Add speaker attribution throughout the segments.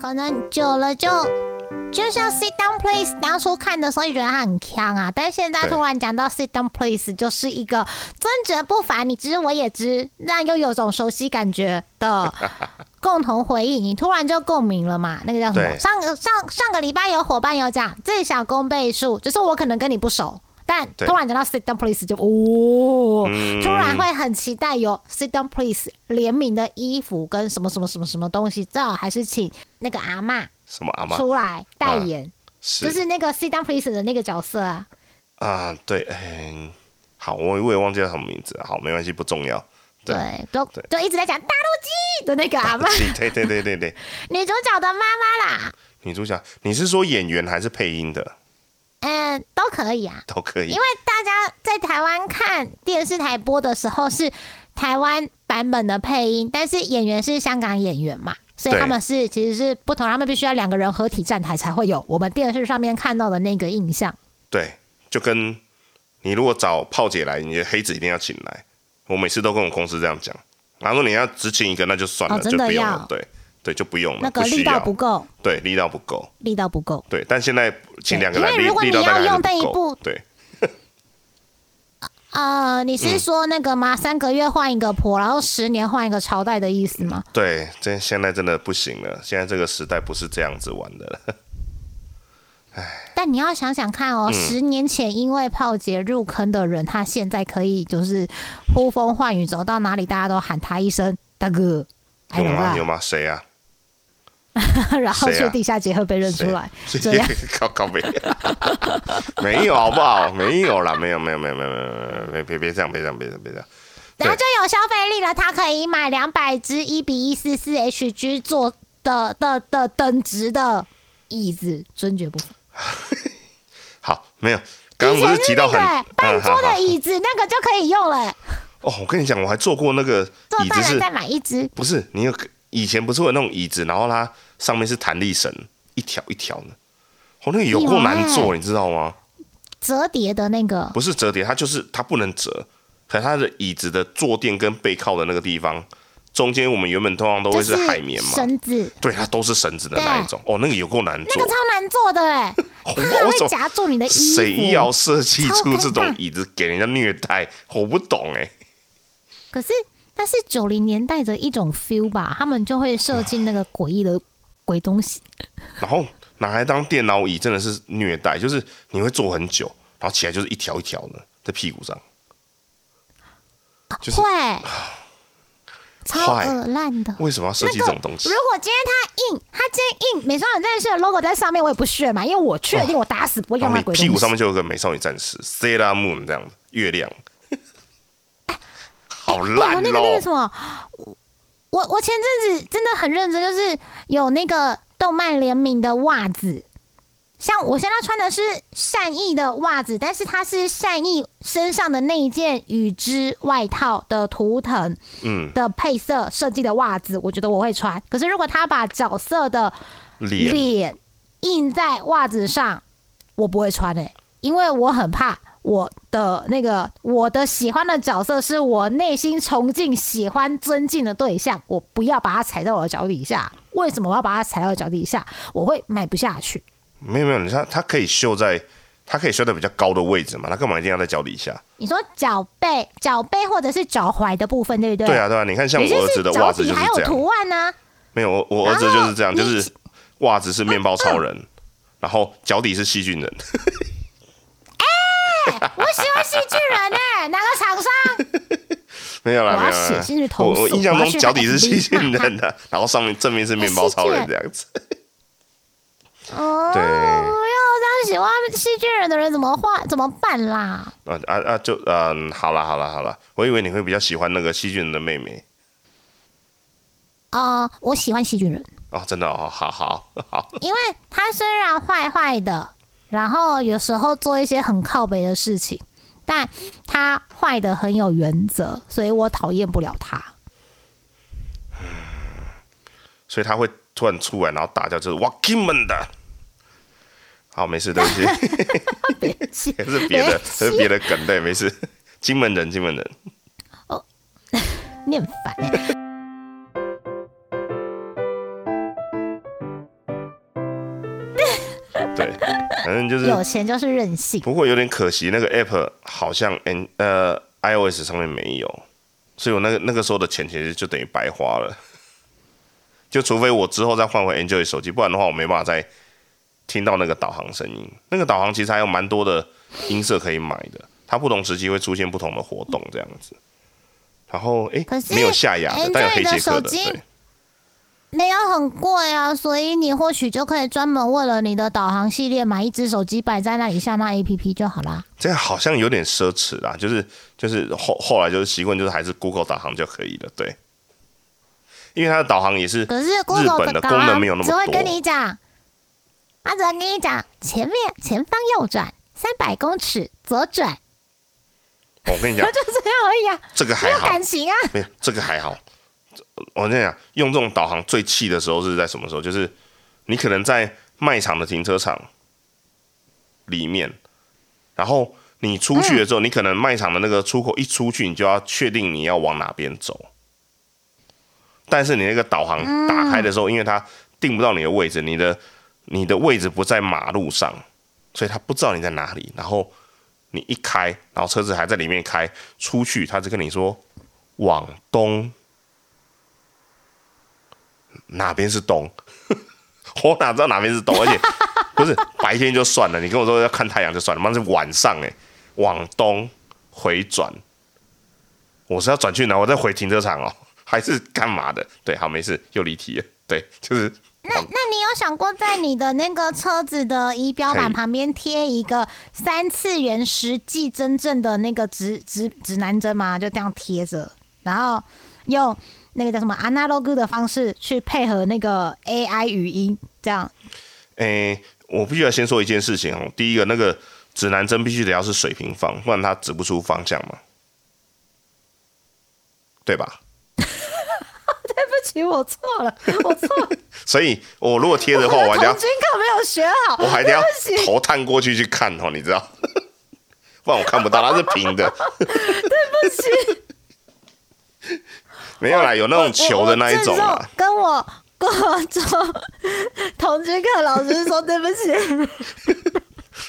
Speaker 1: 可能久了就就像 sit down please，当初看的时候也觉得他很强啊，但是现在
Speaker 2: 对
Speaker 1: 突然讲到 sit down please，就是一个尊者不凡，你知我也知，但又有种熟悉感觉 的共同回忆，你突然就共鸣了嘛？那个叫什么？
Speaker 2: 对
Speaker 1: 上个上上个礼拜有伙伴有讲最小公倍数，就是我可能跟你不熟。但
Speaker 2: 对
Speaker 1: 突然讲到 sit down please 就哦，
Speaker 2: 嗯
Speaker 1: 突然会很期待有 Sit Down Please 联名的衣服跟什么什么什么什么东西，最好还是请那个阿嬷
Speaker 2: 什么阿妈
Speaker 1: 出来代言，
Speaker 2: 是
Speaker 1: 就是那个 Sit Down Please 的那个角色啊。
Speaker 2: 啊，对，嗯，好，我我也忘记了什么名字了，好，没关系，不重要。对，
Speaker 1: 对，都
Speaker 2: 对
Speaker 1: 就一直在讲大陆鸡的那个阿嬷，
Speaker 2: 是 对对对对对，
Speaker 1: 女主角的妈妈啦，
Speaker 2: 女主角，你是说演员还是配音的
Speaker 1: 嗯，都可以啊。
Speaker 2: 都可以
Speaker 1: 因为大家在台湾看电视台播的时候是台湾版本的配音，但是演员是香港演员嘛，所以
Speaker 2: 对
Speaker 1: 他们是其实是不同，他们必须要两个人合体站台才会有我们电视上面看到的那个印象。
Speaker 2: 对，就跟你如果找炮姐来，你的黑子一定要请来。我每次都跟我公司这样讲，然后你要只请一个那就算了，
Speaker 1: 哦真
Speaker 2: 就
Speaker 1: 的
Speaker 2: 不用
Speaker 1: 要
Speaker 2: 了，对对，就不用了，
Speaker 1: 那个
Speaker 2: 不需
Speaker 1: 力道
Speaker 2: 要，
Speaker 1: 不够，
Speaker 2: 对，力道不够，
Speaker 1: 力道不够。
Speaker 2: 对，但现在请两个来，
Speaker 1: 因为
Speaker 2: 力
Speaker 1: 如果
Speaker 2: 力
Speaker 1: 你
Speaker 2: 道大
Speaker 1: 要
Speaker 2: 概还
Speaker 1: 用
Speaker 2: 是
Speaker 1: 那一部
Speaker 2: 不够，对，
Speaker 1: 呃，你
Speaker 2: 嗯
Speaker 1: 是说那个吗？三个月换一个婆，然后十年换一个朝代的意思吗？
Speaker 2: 对，这现在真的不行了，现在这个时代不是这样子玩的了。
Speaker 1: 但你要想想看
Speaker 2: 嗯
Speaker 1: 哦，十年前因为炮姐入坑的人，他现在可以就是呼风唤雨，走到哪里大家都喊他一声大哥，还
Speaker 2: 有
Speaker 1: 有
Speaker 2: 吗？
Speaker 1: 吧
Speaker 2: 有？吗？谁啊？
Speaker 1: 然后
Speaker 2: 谁
Speaker 1: 去
Speaker 2: 啊
Speaker 1: 地下街会被认出来，
Speaker 2: 谁
Speaker 1: 这样
Speaker 2: 靠靠背，没有好不好？没有啦，没有没有没有没有没有没有没有别别这样别这样别这样别这样。
Speaker 1: 然后就有消费力了。他可以买两百只一比一四四 HG 做的的的等值的椅子，尊爵不凡。
Speaker 2: 好，没有。刚
Speaker 1: 以
Speaker 2: 刚不
Speaker 1: 前
Speaker 2: 是提到
Speaker 1: 那个
Speaker 2: 很
Speaker 1: 欸半桌
Speaker 2: 好
Speaker 1: 的
Speaker 2: 好
Speaker 1: 椅子，那个就可以用了欸。
Speaker 2: 哦，我跟你讲，我还做过那个
Speaker 1: 做
Speaker 2: 椅
Speaker 1: 大
Speaker 2: 子
Speaker 1: 人
Speaker 2: 是
Speaker 1: 再买一只，
Speaker 2: 不是？你有以前不是有那种椅子，然后它上面是弹力绳，一条一条的。哦，那个有够难
Speaker 1: 有
Speaker 2: 做，你知道吗？
Speaker 1: 折叠的那个，
Speaker 2: 不是折叠，它就是它不能折，可它的椅子的坐垫跟背靠的那个地方中间，我们原本通常都
Speaker 1: 就
Speaker 2: 会是海绵嘛，
Speaker 1: 绳子，啊
Speaker 2: 对，它都是绳子的那一种。哦，那个有够难
Speaker 1: 那
Speaker 2: 做
Speaker 1: 个，超难做的哎、
Speaker 2: 哦
Speaker 1: 它还
Speaker 2: 我怎
Speaker 1: 会
Speaker 2: 么
Speaker 1: 夹住你的衣服。
Speaker 2: 谁要设计
Speaker 1: 超
Speaker 2: 出这
Speaker 1: 尴
Speaker 2: 种
Speaker 1: 尬
Speaker 2: 椅子给人家虐待？我不懂哎、
Speaker 1: 可是那是九零年代的一种 feel 吧，他们就会设计那个诡异的鬼东西。
Speaker 2: 然后拿来当电脑椅真的是虐待，就是你会坐很久，然后起来就是一条一条的在屁股上，就是
Speaker 1: 啊会， 超
Speaker 2: 坏
Speaker 1: 恶烂的。
Speaker 2: 为什么要设计
Speaker 1: 那
Speaker 2: 这
Speaker 1: 个
Speaker 2: 种东西
Speaker 1: 如？果今天它硬，它今天硬，美少女战士的 logo 在上面，我也不屑嘛，因为我确
Speaker 2: 哦
Speaker 1: 定我打死不会
Speaker 2: 然
Speaker 1: 用
Speaker 2: 后
Speaker 1: 那
Speaker 2: 你
Speaker 1: 鬼东西。
Speaker 2: 屁股上面就有个美少女战士 Sailor Moon 这样的 月亮，好
Speaker 1: 对，有
Speaker 2: 烂
Speaker 1: 哎那个那
Speaker 2: 哦
Speaker 1: 个什！么，我我前阵子真的很认真，就是有那个动漫联名的袜子，像我现在穿的是善意的袜子，但是它是善意身上的那一件羽织外套的图腾，
Speaker 2: 嗯，
Speaker 1: 的配色设计的袜子，我觉得我会穿。可是如果他把角色的
Speaker 2: 脸
Speaker 1: 脸印在袜子上，我不会穿诶、欸因为我很怕我的那个我的喜欢的角色是我内心崇敬、喜欢、尊敬的对象，我不要把它踩在我的脚底下。为什么我要把它踩到脚底下？我会买不下去。
Speaker 2: 没有没有，你看它可以秀在，它可以秀在比较高的位置嘛，它干嘛一定要在脚底下？
Speaker 1: 你说脚背、脚背或者是脚踝的部分，对不对？
Speaker 2: 对啊对啊，你看像
Speaker 1: 有
Speaker 2: 我
Speaker 1: 些
Speaker 2: 儿子
Speaker 1: 是
Speaker 2: 的
Speaker 1: 脚
Speaker 2: 袜子
Speaker 1: 底
Speaker 2: 就是
Speaker 1: 还有
Speaker 2: 这样，
Speaker 1: 图案呢、啊
Speaker 2: 没有，我我儿子就是这样，
Speaker 1: 然
Speaker 2: 就
Speaker 1: 后嗯
Speaker 2: 是袜子是面包超人，然后脚底是细菌人。
Speaker 1: 我喜欢戏剧人哎、哪个厂商？
Speaker 2: 没有啦，
Speaker 1: 我
Speaker 2: 没
Speaker 1: 要
Speaker 2: 有啦。
Speaker 1: 写信去投
Speaker 2: 我我
Speaker 1: 诉
Speaker 2: 印象
Speaker 1: 我要
Speaker 2: 中
Speaker 1: 去
Speaker 2: 脚底是细菌
Speaker 1: FB
Speaker 2: 人的，然后上面正面是面包超人这样子。
Speaker 1: 哦， 要
Speaker 2: 对
Speaker 1: 当喜欢戏剧人的人怎么画怎么办啦？
Speaker 2: 啊啊啊！就嗯，好啦好啦好啦，我以为你会比较喜欢那个细菌人的妹妹
Speaker 1: 呃，我喜欢戏剧人，
Speaker 2: 哦，真的哦，好好好，
Speaker 1: 因为他虽然坏坏的，然后有时候做一些很靠北的事情，但他坏的很有原则，所以我讨厌不了 他。
Speaker 2: 所以他会突然出来，然后大叫就是 “walking 们的”。好，没事，对不起，
Speaker 1: 别气
Speaker 2: 这是别的，这是别
Speaker 1: 的，
Speaker 2: 的梗，对，没事。金门人，金门人，
Speaker 1: 你很烦欸
Speaker 2: 反正 就是
Speaker 1: 有钱就是任性。
Speaker 2: 不过有点可惜，那个 app 好像 N 呃 iOS 上面没有，所以我那个那个时候的钱其实就等于白花了。 就除非我之后再换回 Android 手机，不然的话我没办法再听到那个导航声音。那个导航其实还有蛮多的音色可以买的，它不同时期会出现不同的活动这样子。然后诶，
Speaker 1: 可是
Speaker 2: 没有下牙的，但有
Speaker 1: Android
Speaker 2: 黑杰克
Speaker 1: 的手
Speaker 2: 的，
Speaker 1: 机
Speaker 2: 对，
Speaker 1: 没有很贵啊，所以你或许就可以专门为了你的导航系列买一只手机摆在那里下那 APP 就好啦。
Speaker 2: 这样好像有点奢侈啦。就是就是后后来就是习惯，就是还是 Google 导航就可以了，对。因为它的导航也是
Speaker 1: 可是
Speaker 2: 日
Speaker 1: Google
Speaker 2: 本的
Speaker 1: 导
Speaker 2: 功能
Speaker 1: 航
Speaker 2: 没有那么
Speaker 1: 只
Speaker 2: 多
Speaker 1: 会跟你讲，它只会跟你讲前面前方右转三百公尺左转，
Speaker 2: 我跟你
Speaker 1: 就
Speaker 2: 讲，
Speaker 1: 这样而已啊，
Speaker 2: 这个
Speaker 1: 没
Speaker 2: 还
Speaker 1: 有
Speaker 2: 好，
Speaker 1: 感情啊。
Speaker 2: 没有这个还好。我跟你讲，用这种导航最气的时候是在什么时候？就是你可能在卖场的停车场里面，然后你出去的时候，你可能卖场的那个出口一出去，你就要确定你要往哪边走。但是你那个导航打开的时候，因为它定不到你的位置，你的你的位置不在马路上，所以它不知道你在哪里。然后你一开，然后车子还在里面开，出去它就跟你说往东，哪边是东？ 我哪知道哪边是东？而且不是白天就算了，你跟我说要看太阳就算了，妈是晚上哎、往东回转，我是要转去哪？我再回停车场哦，还是干嘛的？对，好，没事，又离题了。对，就是
Speaker 1: 那
Speaker 2: 嗯
Speaker 1: 那你有想过在你的那个车子的仪表
Speaker 2: 可
Speaker 1: 板
Speaker 2: 以
Speaker 1: 旁边贴一个三次元实际真正的那个指指指南针吗？就这样贴着，然后用那个叫什么 analog 的方式去配合那个 AI 语音，这样
Speaker 2: 诶、我必须要先说一件事情哦。第一个，那个指南针必须得要是水平放，不然它指不出方向嘛，对吧？
Speaker 1: 对不起，我错了，我错了，
Speaker 2: 所以我如果贴的话，我
Speaker 1: 我
Speaker 2: 还
Speaker 1: 的
Speaker 2: 得要
Speaker 1: 童军课没有学好，
Speaker 2: 我还得要
Speaker 1: 对不起，
Speaker 2: 头探过去去看哦，你知道？ 不然我看不到，它是平的。对不起， 没有啦，有那种球的那一种啊
Speaker 1: 我我
Speaker 2: 啦
Speaker 1: 郑。重跟我国中童军课老师说对不 起，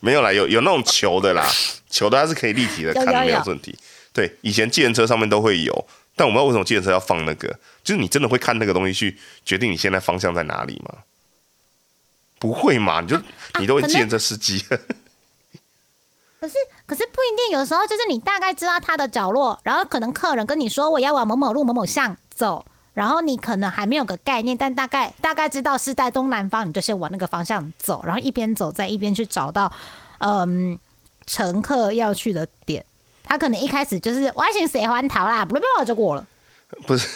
Speaker 2: 没有啦，有有那种球的 啦，球的它是可以立体的
Speaker 1: 有
Speaker 2: 看的，
Speaker 1: 有
Speaker 2: 没有
Speaker 1: 有
Speaker 2: 问题。对，以前计程车上面都会有，但我不知道为什么计程车要放那个，就是你真的会看那个东西去决定你现在方向在哪里吗？不会嘛？你就你都
Speaker 1: 啊
Speaker 2: 会
Speaker 1: 可能
Speaker 2: 计程车司机 了，
Speaker 1: 可是可是不一定，有时候就是你大概知道它的角落，然后可能客人跟你说我要往某某路某某巷走。然后你可能还没有个概念，但大概大概知道是在东南方，你就先往那个方向走，然后一边走再一边去找到，嗯，乘客要去的点。他可能一开始就是我行谁还逃啦，不不不就过了。
Speaker 2: 不是？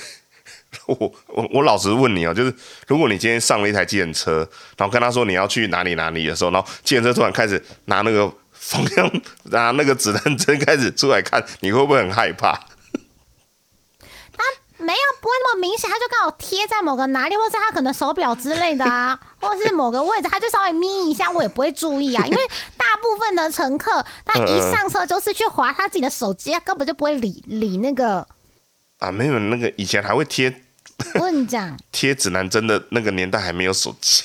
Speaker 2: 我我我老实问你哦，就是如果你今天上了一台计程车，然后跟他说你要去哪里哪里的时候，然后计程车突然开始拿那个方向拿那个指南针开始出来看，你会不会很害怕？
Speaker 1: 他没有不会那么明显，他就刚好贴在某个哪里，或是他可能手表之类的 啊，或是某个位置，他就稍微眯一下，我也不会注 意啊，因为大部分的乘客他一上车就是去划他自己的手机，他根本就不会理理那个。
Speaker 2: 啊，没有那个以前还会贴
Speaker 1: 我跟你 讲，
Speaker 2: 贴指南针的那个年代还没有手机，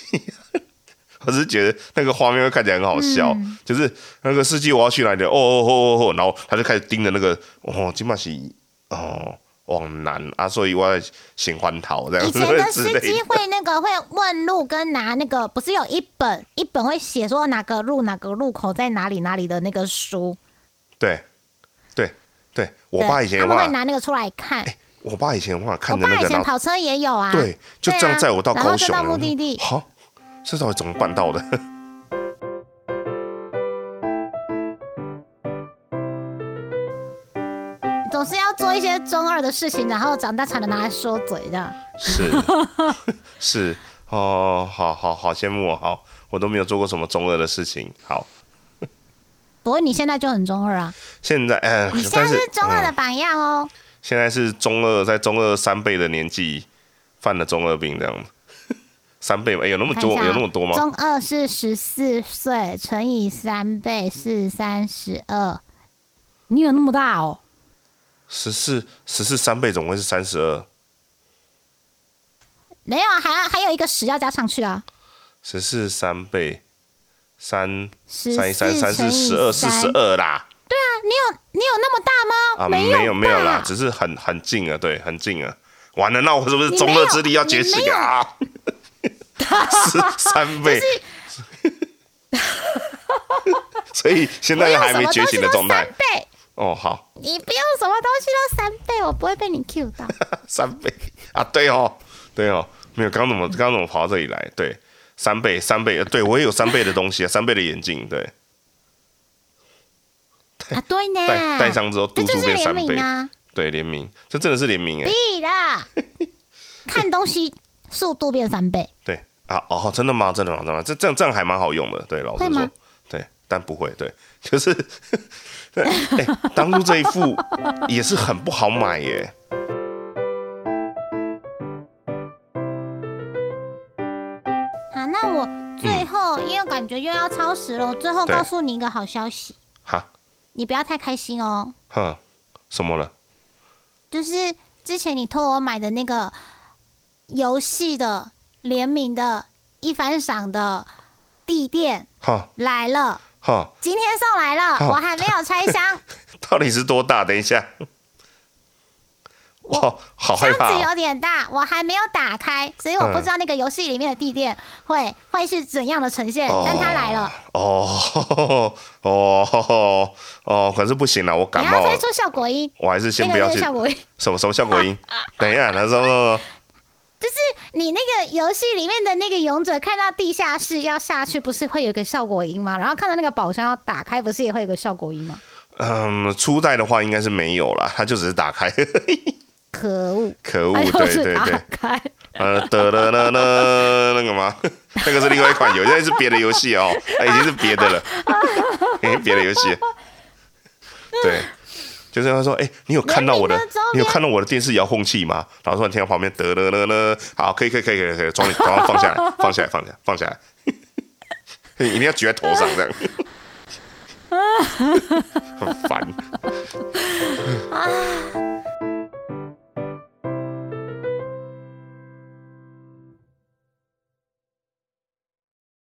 Speaker 2: 我是觉得那个画面会看起来很好笑，
Speaker 1: 嗯
Speaker 2: 就是那个司机我要去哪里，哦哦哦哦哦，然后他就开始盯着那个，哦，金马是哦往南啊，所以我在行环逃这样
Speaker 1: 以
Speaker 2: 子
Speaker 1: 前的
Speaker 2: 之
Speaker 1: 司
Speaker 2: 类
Speaker 1: 机
Speaker 2: 的。
Speaker 1: 会那个会问路跟拿那个，不是有一本一本会写说哪个路哪个路口在哪里哪里的那个书，
Speaker 2: 对对对，我
Speaker 1: 对
Speaker 2: 爸以前有
Speaker 1: 他们会
Speaker 2: 办法，
Speaker 1: 拿那个出来看。
Speaker 2: 我爸以前有办法
Speaker 1: 我
Speaker 2: 看着那
Speaker 1: 爸以
Speaker 2: 个，然
Speaker 1: 前
Speaker 2: 后
Speaker 1: 跑车也有啊，
Speaker 2: 对，就这样载我到
Speaker 1: 对啊然
Speaker 2: 高
Speaker 1: 后就
Speaker 2: 雄
Speaker 1: 到
Speaker 2: 了。
Speaker 1: 目的地。
Speaker 2: 好，这到底怎么办到的？
Speaker 1: 总是要做一些中二的事情，然后长大才能拿来说嘴的。
Speaker 2: 是 是哦，好好好羡慕我，好，我都没有做过什么中二的事情。好，
Speaker 1: 不过你现在就很中二啊，
Speaker 2: 现在嗯、
Speaker 1: 你现在
Speaker 2: 但
Speaker 1: 是中二的
Speaker 2: 嗯
Speaker 1: 榜样哦。
Speaker 2: 现在是中二，在中二三倍的年纪犯了中二病，这样子三倍吗？哎有那么
Speaker 1: 看
Speaker 2: 多
Speaker 1: 一下啊
Speaker 2: 有那么多吗？
Speaker 1: 中二是十四岁乘以三倍是三十二，你有那么大哦？
Speaker 2: 十四十四三倍总共是三十二，
Speaker 1: 没有啊，还要还有一个十要加上去啊。
Speaker 2: 十四三倍三
Speaker 1: 十
Speaker 2: 三一三三四十二四
Speaker 1: 对
Speaker 2: 十二啦
Speaker 1: 啊，你有你有那么大吗？
Speaker 2: 啊，没有
Speaker 1: 有
Speaker 2: 没有啦
Speaker 1: 吧，
Speaker 2: 只是很很近啊，对，很近啊。完了，那我是不是
Speaker 1: 你
Speaker 2: 中
Speaker 1: 没
Speaker 2: 二
Speaker 1: 有
Speaker 2: 之力要
Speaker 1: 你
Speaker 2: 觉醒
Speaker 1: 没有
Speaker 2: 啊？ 十三 倍，所以现在还没觉醒的状态
Speaker 1: 三。倍，
Speaker 2: 哦，好，
Speaker 1: 你不用什么东西都三倍，我不会被你 Q 到。
Speaker 2: 三倍啊，对哦，对哦，没有，刚刚怎么刚刚怎么跑到这里来？对，三倍，三倍，呃对我也有三倍的东西啊，三倍的眼镜，对，
Speaker 1: 啊，对呢，
Speaker 2: 戴戴上之后
Speaker 1: 这
Speaker 2: 度
Speaker 1: 就
Speaker 2: 数
Speaker 1: 是
Speaker 2: 变
Speaker 1: 联
Speaker 2: 三
Speaker 1: 名
Speaker 2: 倍，
Speaker 1: 啊，
Speaker 2: 对，联名，这真的是联名哎，
Speaker 1: 必的， 看东西速度变三倍，
Speaker 2: 对啊，哦，真的吗？真的吗？真的吗？这这样这样还蛮好用的，对，老实
Speaker 1: 会吗
Speaker 2: 说，对，但不会，对，就是对，哎、当初这一副也是很不好买耶。
Speaker 1: 好，啊那我最后、因为感觉又要超时了，我最后
Speaker 2: 对
Speaker 1: 告诉你一个好消息，
Speaker 2: 哈，
Speaker 1: 你不要太开心哦。
Speaker 2: 哼，什么了？
Speaker 1: 就是之前你托我买的那个游戏的联名的一番赏的地垫
Speaker 2: 哈
Speaker 1: 来了，
Speaker 2: 哈，
Speaker 1: 今天送来了，
Speaker 2: 哦
Speaker 1: 我还没有拆箱，
Speaker 2: 到底是多大？等一下，哇，好害
Speaker 1: 箱
Speaker 2: 怕
Speaker 1: 子
Speaker 2: 哦、
Speaker 1: 有点大，我还没有打开，所以我不知道那个游戏里面的地垫会会是怎样的呈现，
Speaker 2: 哦
Speaker 1: 但它来了，
Speaker 2: 哦哦哦，可是不行了，我
Speaker 1: 你
Speaker 2: 感
Speaker 1: 要
Speaker 2: 冒
Speaker 1: 推
Speaker 2: 了，
Speaker 1: 出效果音，
Speaker 2: 我还是先
Speaker 1: 那
Speaker 2: 不
Speaker 1: 个
Speaker 2: 要
Speaker 1: 那个
Speaker 2: 去
Speaker 1: 效果音。
Speaker 2: 什么什么效果音。
Speaker 1: 啊
Speaker 2: 等一下，他说什么
Speaker 1: 就是你那个游戏里面的那个勇者，看到地下室要下去，不是会有一个效果音吗？然后看到那个宝箱要打开，不是也会有个效果音吗？
Speaker 2: 嗯，初代的话应该是没有啦， 它就只是打开。
Speaker 1: 可恶！
Speaker 2: 可恶，
Speaker 1: 哎
Speaker 2: 对
Speaker 1: 呦
Speaker 2: 对
Speaker 1: 是
Speaker 2: 对
Speaker 1: 打，开，
Speaker 2: 呃，得了呢呢， 那个嘛，那个是另外一款游戏，哎那是别的游戏哦，哎已经是 别的了，已经别的游戏了。对，就是他说，哎，你有看到我的
Speaker 1: 人民的周，边
Speaker 2: 你有看到我的电视遥控器吗？然后突然听到旁边得了呢呢，好，可以可以可以可以可以，装你，然后放下来， 放下来，放下来，放下来， 一定要举在头上 这样，很烦。